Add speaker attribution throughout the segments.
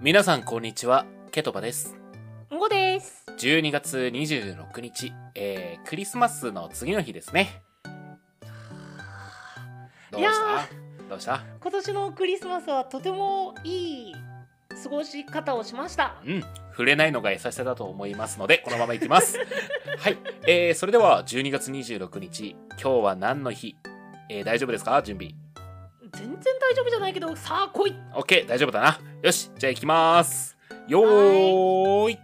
Speaker 1: 皆さんこんにちはケトバです
Speaker 2: んごです。
Speaker 1: 12月26日、えー、クリスマスの次の日ですねどうし
Speaker 2: いや
Speaker 1: たどうした
Speaker 2: 今年のクリスマスはとてもいい過ごし方をしました。
Speaker 1: うん触れないのが優しさだと思いますのでこのままいきます はい、えー、それでは12月26日今日は何の日、えー、大丈夫ですか準備
Speaker 2: 全然大丈夫じゃないけど、さあ来い。
Speaker 1: OK 大丈夫だなよしじゃあ行きますよーい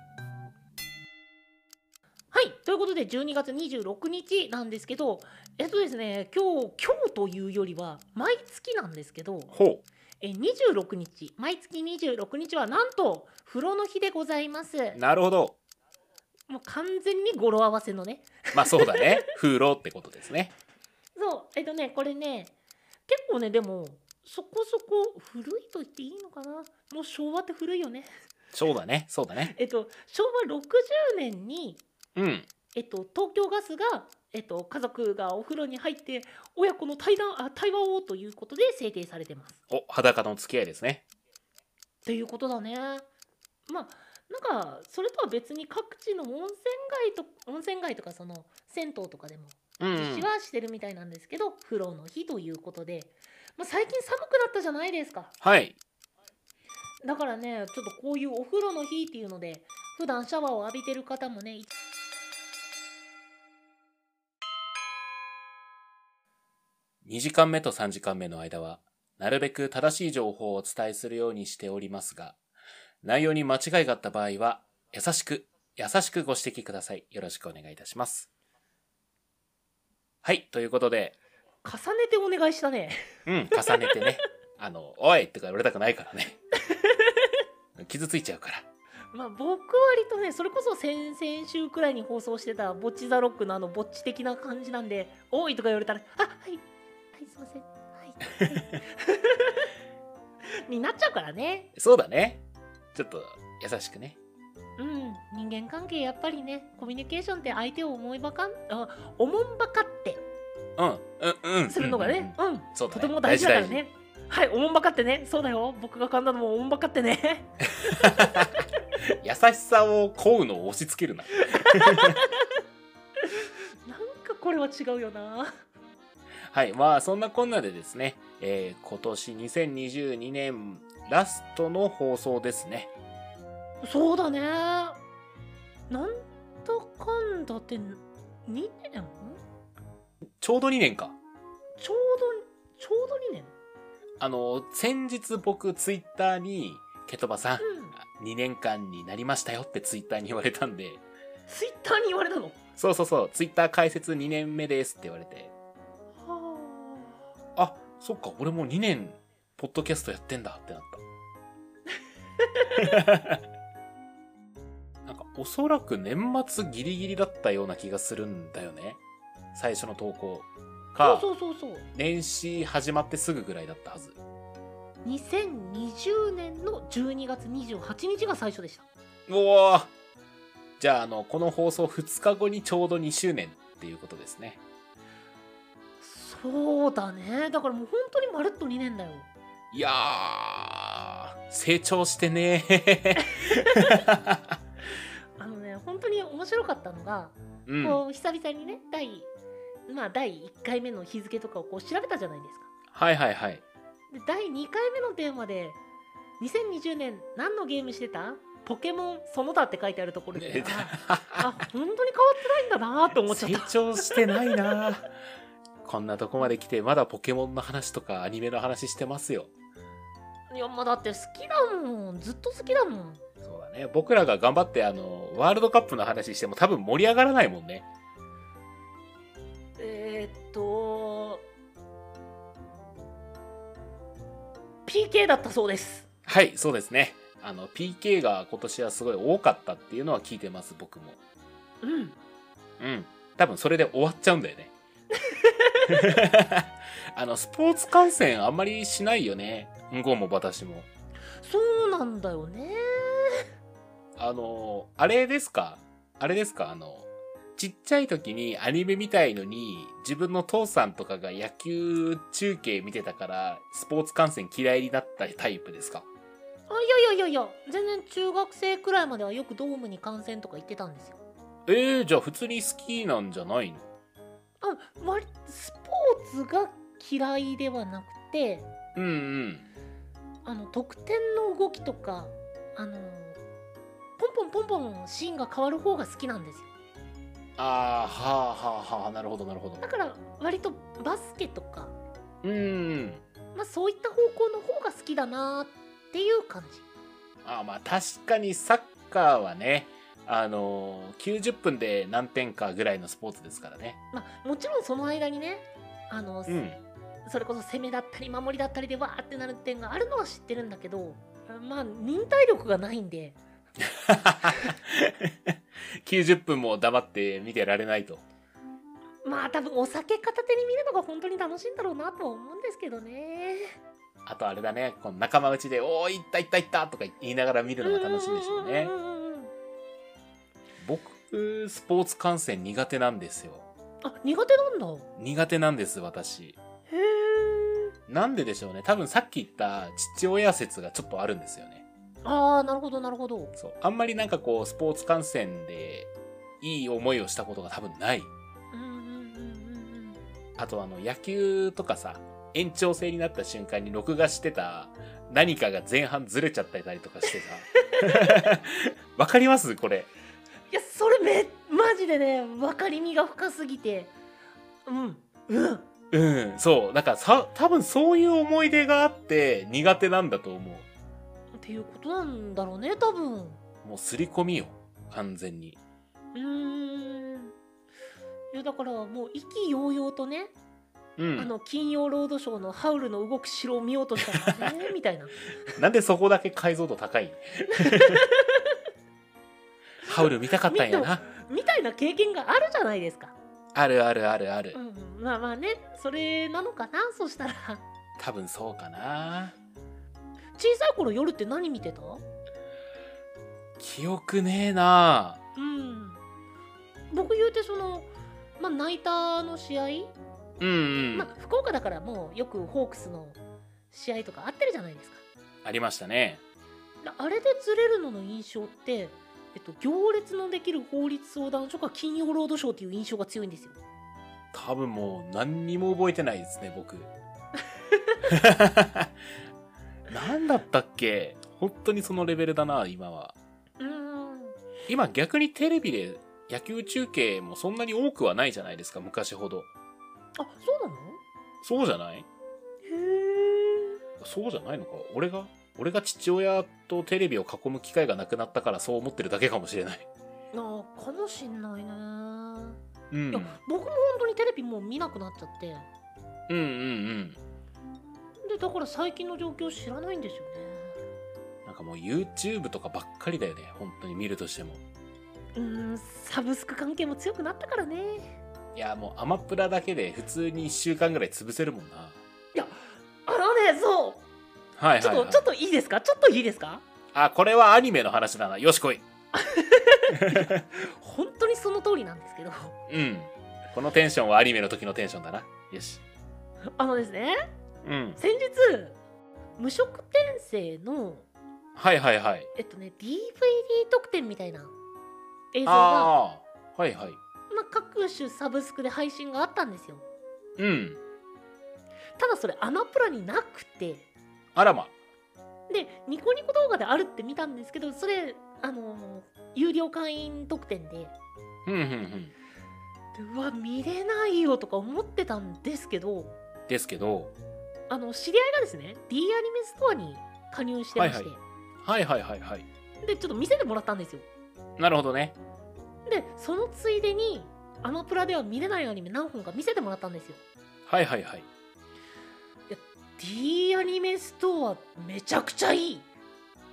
Speaker 2: はい、ということで12月26日なんですけど、えっとですね、今日今日というよりは毎月なんですけど、
Speaker 1: ほ
Speaker 2: え26日、毎月26日はなんと風呂の日でございます。
Speaker 1: うなるほど
Speaker 2: もう完全に語呂合わせのね。
Speaker 1: まあそうだね風呂ってことですね
Speaker 2: そう、えっとね、これね、結構ね、でもそこそこ古いと言っていいのかな。もう昭和って古いよね。
Speaker 1: そうだねそうだね
Speaker 2: えっと、昭和60年に、
Speaker 1: うん
Speaker 2: えっと、東京ガスが、えっと、家族がお風呂に入って親子の対談あ対話をということで制定されてます。
Speaker 1: お裸の付き合いですね
Speaker 2: ということだね。まあなんかそれとは別に各地の温泉街と温泉街とかその銭湯とかでも
Speaker 1: うん
Speaker 2: 実施はしてるみたいなんですけど、風呂の日ということで、まあ、最近寒くなったじゃないですか
Speaker 1: はい
Speaker 2: だからねちょっとこういうお風呂の日っていうので普段シャワーを浴びてる方もねい
Speaker 1: 2時間目と3時間目の間はなるべく正しい情報をお伝えするようにしておりますが内容に間違いがあった場合は優しく優しくご指摘くださいよろしくお願いいたしますはいということで
Speaker 2: 重ねてお願いしたね。
Speaker 1: うん重ねてね あの「おい!」とか言われたくないからね 傷ついちゃうから
Speaker 2: まあ、僕割とねそれこそ先々週くらいに放送してた「ぼっち・ザ・ロック」のあのぼっち的な感じなんで「多い」とか言われたら「あはいはいすいませんはい」はい になっちゃうからね
Speaker 1: そうだねちょっと優しくね
Speaker 2: うん人間関係やっぱりねコミュニケーションって相手を思いばかんあおもんばかって
Speaker 1: うんうんうん
Speaker 2: するのがね
Speaker 1: うん
Speaker 2: うん、
Speaker 1: うんそうだ
Speaker 2: と
Speaker 1: ね
Speaker 2: ても大事だから
Speaker 1: 大事大
Speaker 2: ねはいおもんばかってねそうだよ僕が噛んだのもおもんばかってね
Speaker 1: 事優しさを請うのを押し付けるな
Speaker 2: なんかこれは違うよな
Speaker 1: はい、まあそんなこんなでですね、えー今年2022年ラストの放送ですね。
Speaker 2: そうだねなんだかんだって2年ん
Speaker 1: ちょうど2年か。
Speaker 2: ちょうどちょうど2年
Speaker 1: あの、先日僕ツイッターに、ケトバさん、
Speaker 2: うん
Speaker 1: 2年間になりましたよってツイッターに言われたんで、
Speaker 2: ツイッターに言われたの
Speaker 1: そうそうそう、ツイッター開設2年目ですって言われて、あ、そっか、俺もう2年、ポッドキャストやってんだってなった。 なんか、おそらく年末ギリギリだったような気がするんだよね。最初の投稿。か、
Speaker 2: そうそうそうそう
Speaker 1: 年始始まってすぐぐらいだったはず。
Speaker 2: 2020年の12月28日が最初でした
Speaker 1: うおーじゃあ、あの、この放送2日後にちょうど2周年っていうことですね。
Speaker 2: そうだねだからもう本当にまるっと2年だよ
Speaker 1: いやー、成長してねー。
Speaker 2: あのね本当に面白かったのが、
Speaker 1: うん。は
Speaker 2: こう久々にね第まあ第1回目の日付とかをこう調べたじゃないですか
Speaker 1: いはいはい。
Speaker 2: で第2回目のテーマで2020年何のゲームしてたポケモンその他って書いてあるところで、ああ本当に変わってないんだなと思っちゃっ
Speaker 1: 成
Speaker 2: た
Speaker 1: 長してないな こんなとこまで来てまだポケモンの話とかアニメの話してますよ
Speaker 2: いやまあだって好きだもんずっと好きだもん
Speaker 1: そうだね僕らが頑張ってあのワールドカップの話しても多分盛り上がらないもんね
Speaker 2: えー、っと PK だったそうです
Speaker 1: はいそうですねあの PK が今年はすごい多かったっていうのは聞いてます僕も
Speaker 2: うん
Speaker 1: うん多分それで終わっちゃうんだ よねあのスポーツ観戦あんまりしないよね向こうも私も
Speaker 2: そうなんだよね
Speaker 1: あの、あれですかあれですかあの、ちっちゃい時にアニメみたいのに、自分の父さんとかが野球中継見てたから、スポーツ観戦嫌いになったタイプですか
Speaker 2: あいやいやいやいや全然中学生くらいまではよくドームに観戦とか行ってたんですよ
Speaker 1: えー、じゃあ普通に好きなんじゃないの
Speaker 2: あ割スポーツが嫌いではなくて
Speaker 1: うんうん
Speaker 2: あの得点の動きとかあのポンポンポンポンシーンが変わる方が好きなんですよ
Speaker 1: ああはあはあはあなるほどなるほど
Speaker 2: だから割とバスケとか、
Speaker 1: うんうん
Speaker 2: まあ、そういった方向の方が好きだなっていう感じ
Speaker 1: あーまあ確かにサッカーはねあのー、90分で何点かぐらいのスポーツですからね
Speaker 2: まあもちろんその間にねあの、
Speaker 1: うん
Speaker 2: それこそ攻めだったり守りだったりでわーってなる点があるのは知ってるんだけどまあ忍耐力がないんで
Speaker 1: 90分も黙って見てられないと
Speaker 2: まあ多分お酒片手に見るのが本当に楽しいんだろうなとは思うんですけどね
Speaker 1: あとあれだねこの仲間内で「おお行った行った行った」とか言いながら見るのが楽しいでしょうね
Speaker 2: んんうんうんうん
Speaker 1: 僕スポーツ観戦苦手なんですよ
Speaker 2: あ苦手なんだへ
Speaker 1: 苦手なんです私
Speaker 2: え
Speaker 1: なんででしょうね多分さっき言った父親説がちょっとあるんですよね
Speaker 2: ああなるほどなるほど
Speaker 1: そうあんまりなんかこうスポーツ観戦でいい思いをしたことが多分ない
Speaker 2: うんうんうんうん
Speaker 1: あとあの野球とかさ延長戦になった瞬間に録画してた何かが前半ずれちゃったりとかしてさわかりますこれ
Speaker 2: いやそれめマジでね分かりみが深すぎてうんうん
Speaker 1: うんそうだからさ多分そういう思い出があって苦手なんだと思
Speaker 2: っていうことなんだろうね多分う
Speaker 1: うもう刷り込みよ完全に
Speaker 2: ーんいやだからもう意気揚々とね、
Speaker 1: う
Speaker 2: あ
Speaker 1: ん
Speaker 2: の金曜ロードショーの「ハウルの動く城」を見ようとした らねみたいな
Speaker 1: なんでそこだけ解像度高 いハウル見たかったんやな
Speaker 2: みたいな経験があるじゃないですか、
Speaker 1: あるあるあるある
Speaker 2: うんうん、まあまあねそれなのかなそしたら
Speaker 1: 多分そうかな
Speaker 2: 小さい頃夜って何見てた
Speaker 1: 記憶ねえな
Speaker 2: うん僕言うてそのまあナイターの試合、
Speaker 1: うんうん、
Speaker 2: まあ福岡だからもうよくホークスの試合とかあってるじゃないですか
Speaker 1: ありましたね
Speaker 2: なあれでずれるのの印象って、えっと、行列のできる法律相談所か金曜ロードショーっていう印象が強いんですよ。
Speaker 1: 多分もう何にも覚えてないですね 僕なんだったっけ本当にそのレベルだな今は
Speaker 2: うーん
Speaker 1: 今逆にテレビで野球中継もそんなに多くはないじゃないですか昔ほど
Speaker 2: あそうなの
Speaker 1: そうじゃない
Speaker 2: へ
Speaker 1: そうじゃないのか俺が俺が父親とテレビを囲む機会がなくなったからそう思ってるだけかもしれない
Speaker 2: えあかもしんないね、
Speaker 1: う
Speaker 2: い
Speaker 1: ん
Speaker 2: や僕も本当にテレビもう見なくなっちゃって
Speaker 1: うんうん
Speaker 2: でだから最近の状況知らないんですよね
Speaker 1: なんかもう YouTube とかばっかりだよね本当に見るとしても
Speaker 2: うーんサブスク関係も強くなったからね
Speaker 1: いやもうアマプラだけで普通に1週間ぐらい潰せるもんな
Speaker 2: あのねそう
Speaker 1: はいはい、はい、
Speaker 2: ちょっと、ちょっといいですかちょっといいですか
Speaker 1: あこれはアニメの話だなよしこい
Speaker 2: 本当にその通りなんですけど
Speaker 1: うんこのテンションはアニメの時のテンションだなよし
Speaker 2: あのですね
Speaker 1: うん
Speaker 2: 先日無職転生の
Speaker 1: はいはいはい
Speaker 2: えっとね DVD 特典みたいな映像が
Speaker 1: ああはいはい
Speaker 2: まあ、各種サブスクで配信があったんですよ
Speaker 1: うん
Speaker 2: ただそれアマプラになくて
Speaker 1: あらま
Speaker 2: でニコニコ動画であるって見たんですけどそれあのー有料会員特典でで
Speaker 1: うんうんうん
Speaker 2: うわ見れないよとか思ってたんですけど
Speaker 1: ですけど
Speaker 2: あの知り合いがですね D アニメストアに加入してまして、
Speaker 1: はいはいはいはいはい
Speaker 2: でちょっと見せてもらったんですよ
Speaker 1: なるほどね
Speaker 2: でそのついでにアマプラでは見れないアニメ何本か見せてもらったんですよ
Speaker 1: はいはいはい
Speaker 2: D アニメストアめちゃくちゃいい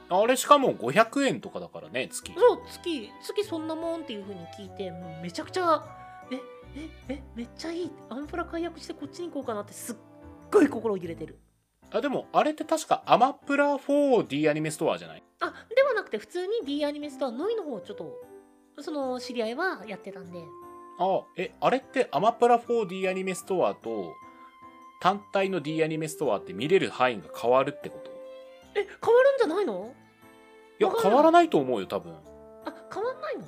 Speaker 1: あれしかも500円とかだからね月
Speaker 2: そう月月そんなもんっていう風に聞いてもうめちゃくちゃえええめっちゃいいアンプラ解約してこっちに行こうかなってすっごい心を入れてる
Speaker 1: あでもあれって確かアマプラ 4D アニメストアじゃない
Speaker 2: あではなくて普通に D アニメストアのいの方をちょっとその知り合いはやってたんで
Speaker 1: あえあれってアマプラ 4D アニメストアと単体の D アニメストアって見れる範囲が変わるってこと
Speaker 2: え変わるんじゃないの
Speaker 1: いや
Speaker 2: わかんない
Speaker 1: 変わらないと思うよ多分
Speaker 2: あ変わんないの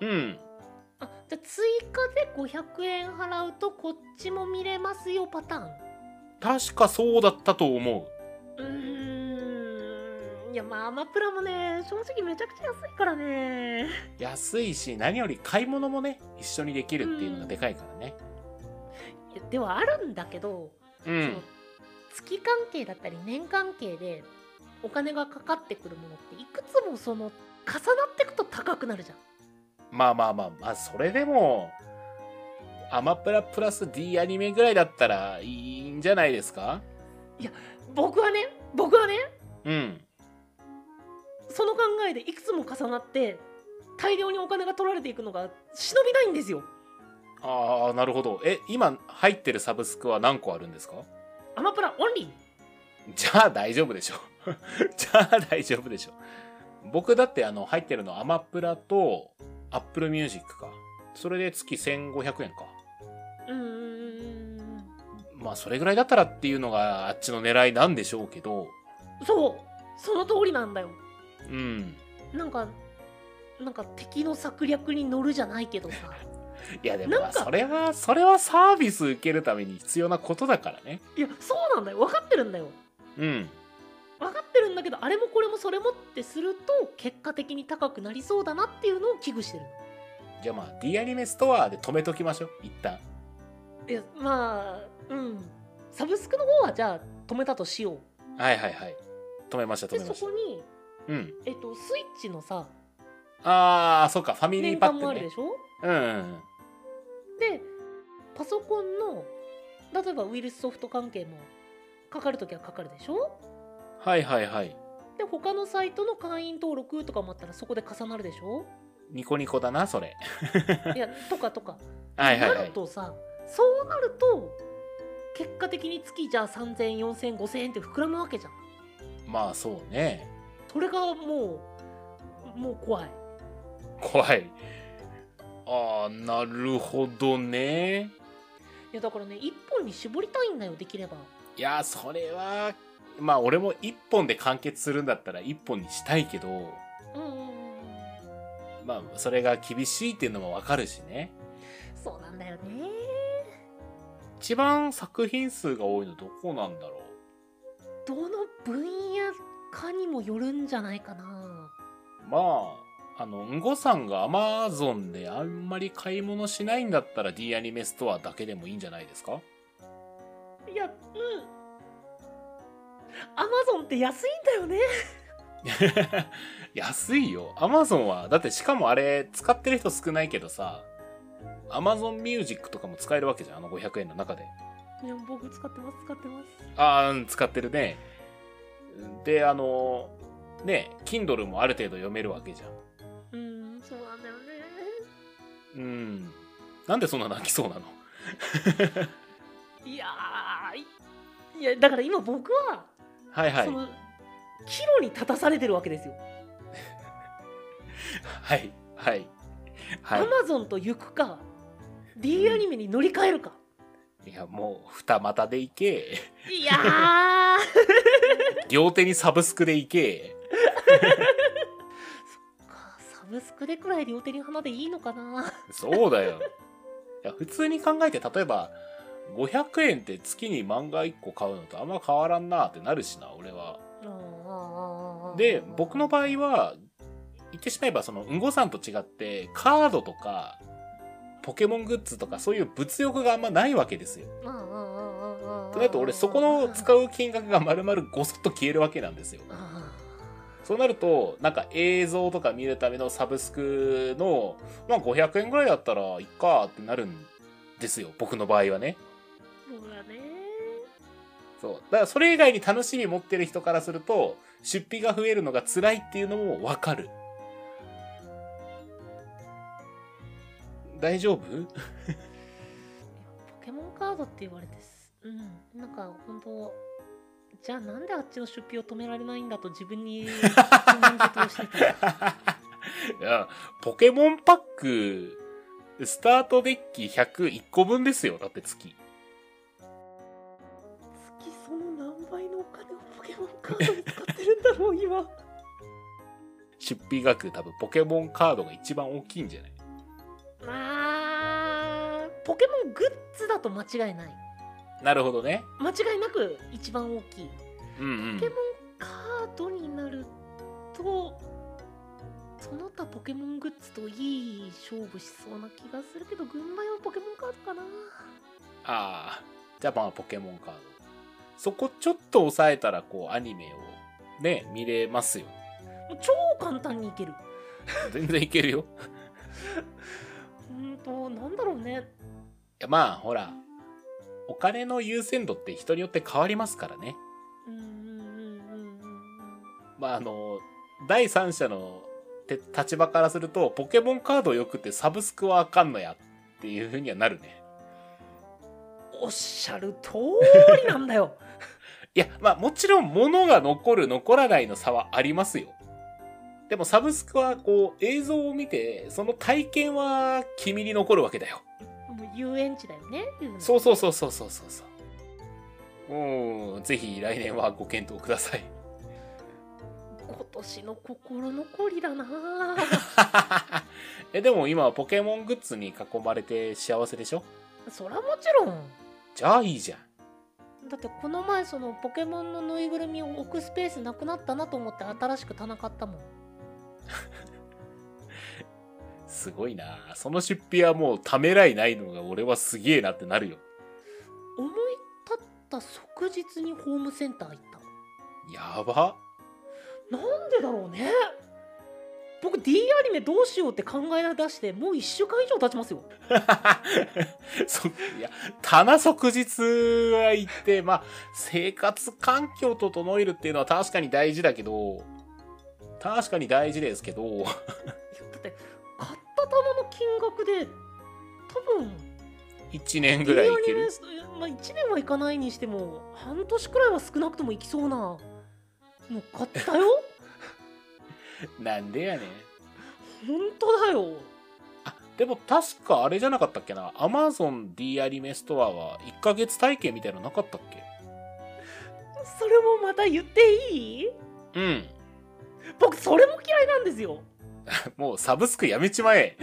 Speaker 1: うん
Speaker 2: あじゃあ追加で500円払うとこっちも見れますよパターン
Speaker 1: 確かそうだったと思う
Speaker 2: うーんいやまあアマプラもね正直めちゃくちゃ安いからね
Speaker 1: 安いし何より買い物もね一緒にできるっていうのがでかいからね
Speaker 2: いやではあるんだけど、
Speaker 1: う
Speaker 2: その
Speaker 1: ん
Speaker 2: 月関係だったり年関係でお金がかかってくるものっていくつもその重なっていくと高くなるじゃん
Speaker 1: まあまあまあまあそれでもアマプラプラス D アニメぐらいだったらいいんじゃないですか
Speaker 2: 僕はね僕はね
Speaker 1: うん
Speaker 2: その考えでいくつも重なって大量にお金が取られていくのが忍びないんですよ
Speaker 1: ああなるほどえ今入ってるサブスクは何個あるんですか
Speaker 2: アマプラオンリー
Speaker 1: じゃあ大丈夫でしょ じゃあ大丈夫でしょ僕だってあの入ってるのアマプラとアップルミュージックかそれで月1500円か
Speaker 2: うーん
Speaker 1: まあそれぐらいだったらっていうのがあっちの狙いなんでしょうけど
Speaker 2: そうその通りなんだよ
Speaker 1: うん
Speaker 2: なんかなんか敵の策略に乗るじゃない けどさ
Speaker 1: いやでもま
Speaker 2: な
Speaker 1: あ
Speaker 2: んか
Speaker 1: それはそれはサービス受けるために必要なことだからね
Speaker 2: いやそうなんだよ分かってるんだよ
Speaker 1: うん
Speaker 2: 分かってるんだけどあれもこれもそれもってすると結果的に高くなりそうだなっていうのを危惧してる
Speaker 1: じゃあまあ D アニメストアで止めときましょう一旦
Speaker 2: いやまあうんサブスクの方はじゃあ止めたとしよう
Speaker 1: はいはいはい止めました
Speaker 2: で
Speaker 1: 止め
Speaker 2: そ
Speaker 1: ました
Speaker 2: こに、
Speaker 1: うん
Speaker 2: えっと、スイッチのさ
Speaker 1: ああそうかファミリ
Speaker 2: 年
Speaker 1: ーパ
Speaker 2: 間もあ
Speaker 1: ック
Speaker 2: るで
Speaker 1: ね
Speaker 2: しょ
Speaker 1: うんうん
Speaker 2: でパソコンの例えばウイルスソフト関係もかかるときはかかるでしょ
Speaker 1: はいはいはい
Speaker 2: で他のサイトの会員登録とかもあったらそこで重なるでしょ
Speaker 1: ニコニコだなそれ
Speaker 2: いやとかとか
Speaker 1: はいはいは
Speaker 2: ないるとさそうなると結果的に月じゃあ300040005000円って膨らむわけじゃん
Speaker 1: まあそうね
Speaker 2: それがもうもう怖い
Speaker 1: 怖いああなるほどね
Speaker 2: いやだからね1本に絞りたいんだよできれば
Speaker 1: いやそれはまあ俺も一本で完結するんだったら一本にしたいけど
Speaker 2: うんうんうんうん
Speaker 1: まあそれが厳しいっていうのもわかるしね
Speaker 2: そうなんだよね
Speaker 1: 一番作品数が多いのどこなんだろ
Speaker 2: どの分野かにもよるんじゃないかな
Speaker 1: うまああのんごさんが Amazon であんまり買い物しないんだったら D アニメストアだけでもいいんじゃないですか
Speaker 2: いやうんアマゾンって安いんだよね
Speaker 1: 安いよ。アマゾンは、だってしかもあれ、使ってる人少ないけどさ、アマゾンミュージックとかも使えるわけじゃん、あの500円の中で。
Speaker 2: いや僕使ってます使ってます
Speaker 1: あー、うん使ってるね。で、あの、ね、Kindle もある程度読めるわけじゃん。
Speaker 2: うんそうなんだよね
Speaker 1: うん。なんでそんな泣きそうなの
Speaker 2: いやーいいやだから今僕は、
Speaker 1: はいはい
Speaker 2: そ。の岐路に立たされてるわけですよ、
Speaker 1: はい。はい。は
Speaker 2: アマゾンと行くか D アニメに乗り換えるか、
Speaker 1: い。いや、もう、二股でいけ。
Speaker 2: いやー
Speaker 1: 両手にサブスクでいけ。
Speaker 2: サブスクでくらい両手に花でいいのかな
Speaker 1: そうだよ。いや、普通に考えて、例えば、500円って月に漫画1個買うのとあんま変わらんなってなるしな、俺は。で、僕の場合は、言ってしまえば、その、うんごさんと違って、カードとか、ポケモングッズとか、そういう物欲があんまないわけですよ。となると、俺、そこの使
Speaker 2: う
Speaker 1: う金額が丸々ごそっと消えるわけなんですよ。
Speaker 2: あ
Speaker 1: そうなると、なんか映像とか見るためのサブスクの、まあ500円ぐらいだったらいっかってなるんですよ。僕の場合はね。
Speaker 2: ーそうだね
Speaker 1: そう。だからそれ以外に楽しみ持ってる人からすると、出費が増えるのが辛いっていうのもわかる。大丈夫
Speaker 2: ポケモンカードって言われてすうんなんか本当じゃあなんであっちの出費を止められないんだと自分に自問自答してた
Speaker 1: いや、ポケモンパック、スタートデッキ101個分ですよ。だって月。
Speaker 2: 月その何倍のお金をポケモンカードに使ってるってるんだろう今
Speaker 1: 出費額多分ポケモンカードが一番大きいんじゃない
Speaker 2: まあポケモングッズだと間違いない
Speaker 1: なるほどね。
Speaker 2: 間違いなく一番大きい
Speaker 1: うんう
Speaker 2: ポ
Speaker 1: ん
Speaker 2: ケ。モンカードになるとその他ポケモングッズといい勝負しそうな気がするけど軍配はポケモンカードかな
Speaker 1: ああ。じゃあまあポケモンカード。そこちょっと抑えたらこうアニメをね、見れますよ。
Speaker 2: もう超簡単にいける
Speaker 1: 全然いけるよ。
Speaker 2: うーんとなんだろうね
Speaker 1: いやまあほら、お金の優先度って人によって変わりますからね。
Speaker 2: うーんうんうんうん
Speaker 1: まああの、第三者のて立場からすると、ポケモンカードよくてサブスクはあかんのやっていうふうにはなるね。
Speaker 2: おっしゃる通りなんだよ
Speaker 1: いや、まあもちろん物が残る残らないの差はありますよ。でもサブスクはこう映像を見て、その体験は君に残るわけだよ。
Speaker 2: もう遊園地だよねうん
Speaker 1: そうそうそうそうそうそうそう。うん、ぜひ来年はご検討ください。
Speaker 2: 今年の心残りだなあ
Speaker 1: え、でも今はポケモングッズに囲まれて幸せでしょ
Speaker 2: そらもちろん
Speaker 1: じゃあいいじゃん。
Speaker 2: だってこの前そのポケモンのぬいぐるみを置くスペースなくなったなと思って新しく棚買ったもん
Speaker 1: すごいなその出費はもうためらいないのが俺はすげえなってなるよ。
Speaker 2: 思い立った即日にホームセンター行っ
Speaker 1: やば。
Speaker 2: たなんでだろうね僕 D アニメどうしようって考え出してもう1週間以上経ちますよ
Speaker 1: そいや、棚即日は行って、まあ、生活環境を整えるっていうのは確かに大事だけど、確かに大事ですけど、
Speaker 2: いやだって買った棚の金額で多分
Speaker 1: 1年
Speaker 2: D
Speaker 1: ぐ
Speaker 2: ア
Speaker 1: らい
Speaker 2: ニ
Speaker 1: いけ
Speaker 2: メ
Speaker 1: る。、
Speaker 2: まあ、1年はいかないにしても半年くらいは少なくともいきそうなもう買っ たよ
Speaker 1: なんでやねん。
Speaker 2: 本当だよ
Speaker 1: あ、でも確かあれじゃなかったっけな。Amazon D アニメストアは1ヶ月体験みたいなのなかったっ
Speaker 2: それもまた言っていい
Speaker 1: けうん。
Speaker 2: 僕それも嫌いなんですよ
Speaker 1: もうサブスクやめちまえ。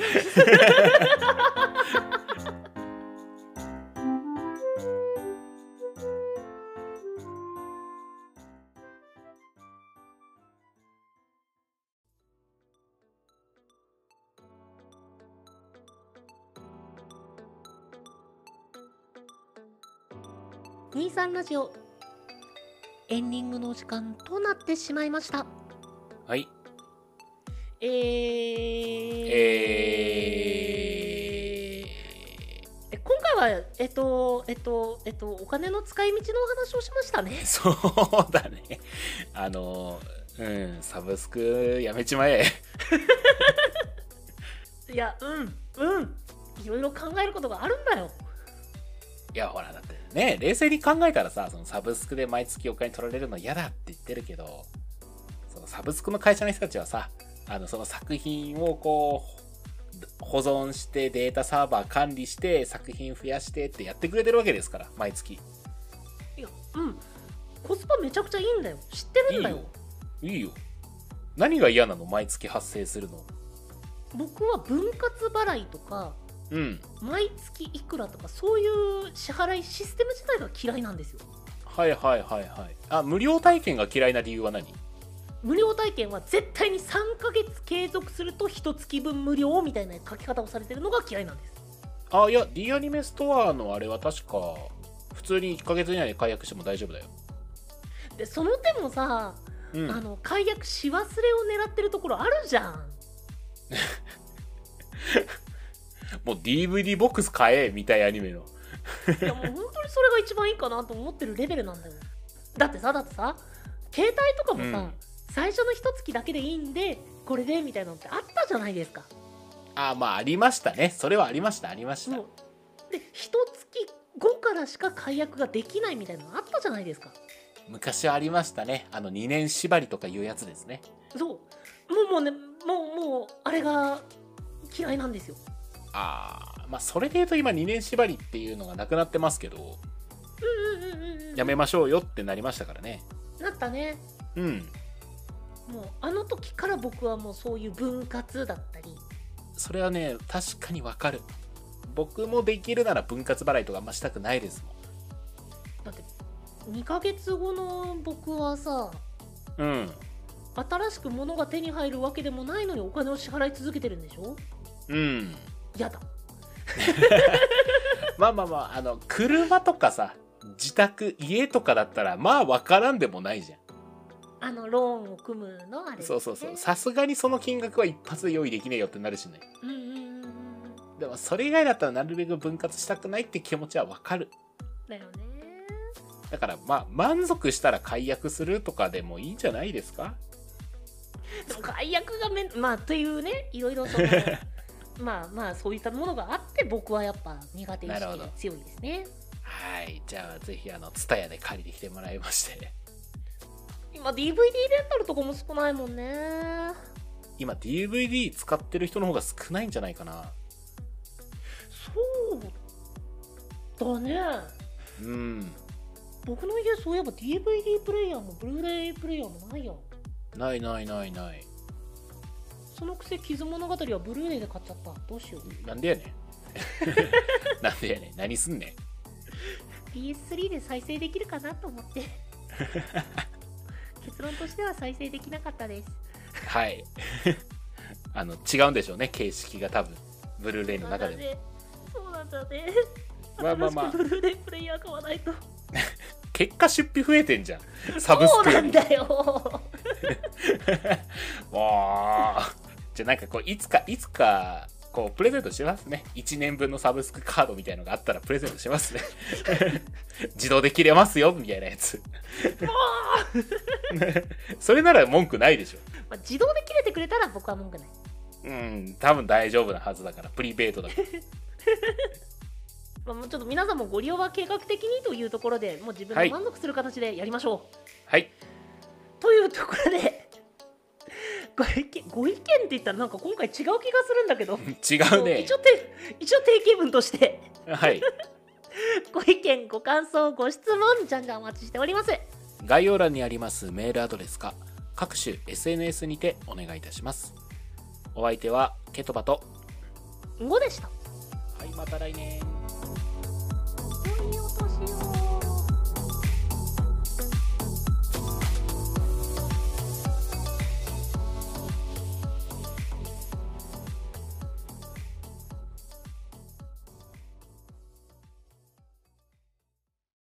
Speaker 2: 23ラジオエンディングのお時間となってしまいました
Speaker 1: はい。
Speaker 2: えー、
Speaker 1: え
Speaker 2: え今回はえっとえっとえっとお金の使い道のお話をしましたね
Speaker 1: ー、そうだね。あの、うん、サブスクやめちまえ。
Speaker 2: いやうんうんいろいろ考えることがあるんだよ
Speaker 1: いや、ほら、だってね、冷静に考えたらさ、そのサブスクで毎月お金取られるの嫌だって言ってるけど、そのサブスクの会社の人たちはさ、あの、その作品をこう、保存してデータサーバー管理して作品増やしてってやってくれてるわけですから、毎月。
Speaker 2: いやうんコスパめちゃくちゃいいんだよ知ってるんだよ
Speaker 1: いいよ。何が嫌なの毎月発生するの。
Speaker 2: 僕は分割払いとか
Speaker 1: うん。
Speaker 2: 毎月いくらとかそういう支払いシステム自体が嫌いなんですよ
Speaker 1: はいはいはいはい。あ、無料体験が嫌いな理由は何
Speaker 2: 無料体験は絶対に3ヶ月継続すると1月分無料みたいな書き方をされてるのが嫌いなんです
Speaker 1: あ、いや、D アニメストアのあれは確か、普通に1ヶ月以内で解約しても大丈夫だよ。
Speaker 2: でその手もさ、
Speaker 1: うん。
Speaker 2: あの解約し忘れを狙ってるところあるじゃん
Speaker 1: もう DVD ボックス買えみたいアニメの。
Speaker 2: いやもう本当にそれが一番いいかなと思ってるレベルなんだよだってさだってさ携帯とかもさ、
Speaker 1: うん
Speaker 2: 最初の1月だけでいいんでこれでみたいなのってあったじゃないですか
Speaker 1: あ、まあありましたね。それはありました、ありました。
Speaker 2: もうで1月後からしか解約ができないみたいなのあったじゃないですか
Speaker 1: 昔はありましたね。あの2年縛りとかいうやつですね。
Speaker 2: そうもうもうねもうもうあれが嫌いなんですよ
Speaker 1: あー、まあそれで言うと今2年縛りっていうのがなくなってますけど、
Speaker 2: うんうんうんうんうん
Speaker 1: やめましょうよってなりましたからね。
Speaker 2: なったね
Speaker 1: うん。
Speaker 2: もうあの時から僕はもうそういう分割だったり
Speaker 1: それはね確かにわかる僕もできるなら分割払いとかあんましたくないです
Speaker 2: だって2ヶ月後の僕はさ
Speaker 1: もんうん
Speaker 2: 新しく物が手に入るわけでもないのにお金を支払い続けてるんでしょ
Speaker 1: うん
Speaker 2: やだ
Speaker 1: まあまあまああの車とかさ自宅家とかだったらまあわからんでもないじゃん
Speaker 2: あのローンを組むのあれ、ね、
Speaker 1: そうそうそうさすがにその金額は一発で用意できねえよってなるしね
Speaker 2: うんうんうんうん
Speaker 1: でもそれ以外だったらなるべく分割したくないって気持ちはわかる
Speaker 2: だよね
Speaker 1: だからまあ満足したら解約するとかでもいいんじゃないですか
Speaker 2: でも解約がめんまあというねいろいろ そのまあまあそういったものがあって僕はやっぱ苦手意
Speaker 1: なるほ
Speaker 2: 識
Speaker 1: ど
Speaker 2: が強いですね
Speaker 1: はいじゃあぜひあのツタヤで借りてきてもらいまして
Speaker 2: 今 DVD レンタルとかも少ないもんね
Speaker 1: 今 DVD 使ってる人の方が少ないんじゃないかな
Speaker 2: そうだね
Speaker 1: うん
Speaker 2: 僕の家そういえば DVD プレイヤーもブルーレイプレイヤーもないやん
Speaker 1: ないないないない
Speaker 2: そのくせ「傷物語」はブルーレイで買っちゃったどうしよう
Speaker 1: なんでやねん なんでやねん何すんね
Speaker 2: PS3 で再生できるかなと思って結論としては再生できなかったです
Speaker 1: んはい あの違うんでしょうね形式が多分ブルーレイの中でも
Speaker 2: そうなんだね
Speaker 1: まあまあまあ
Speaker 2: 新しくブルーレイプレイヤー買わないと
Speaker 1: 結果出費増えてんじゃんサブスク
Speaker 2: そうな
Speaker 1: よ
Speaker 2: ん
Speaker 1: り
Speaker 2: だ よ
Speaker 1: わあじゃあなんかこういつかいつかこうプレゼントしますね1年分のサブスクカードみたいのがあったらプレゼントしますね 自動で切れますよみたいなやつ
Speaker 2: もう、
Speaker 1: それなら文句ないでしょ
Speaker 2: まあ、自動で切れてくれたら僕は文句ない
Speaker 1: うん多分大丈夫なはずだからプリペイドだから
Speaker 2: まあ、もうちょっと皆さんもご利用は計画的にというところでもう自分
Speaker 1: は
Speaker 2: の
Speaker 1: い
Speaker 2: 満足する形でやりましょう、
Speaker 1: はい
Speaker 2: というところでご意見ご意見って言ったらなんか今回違う気がするんだけ
Speaker 1: 違
Speaker 2: ど
Speaker 1: うね
Speaker 2: 一応て一応定型文として
Speaker 1: はい
Speaker 2: ご意見ご感想ご質問じゃんじゃんお待ちしております
Speaker 1: 概要欄にありますメールアドレスか各種 SNS にてお願いいたしますお相手はケトバと
Speaker 2: んごでした
Speaker 1: はいまた来年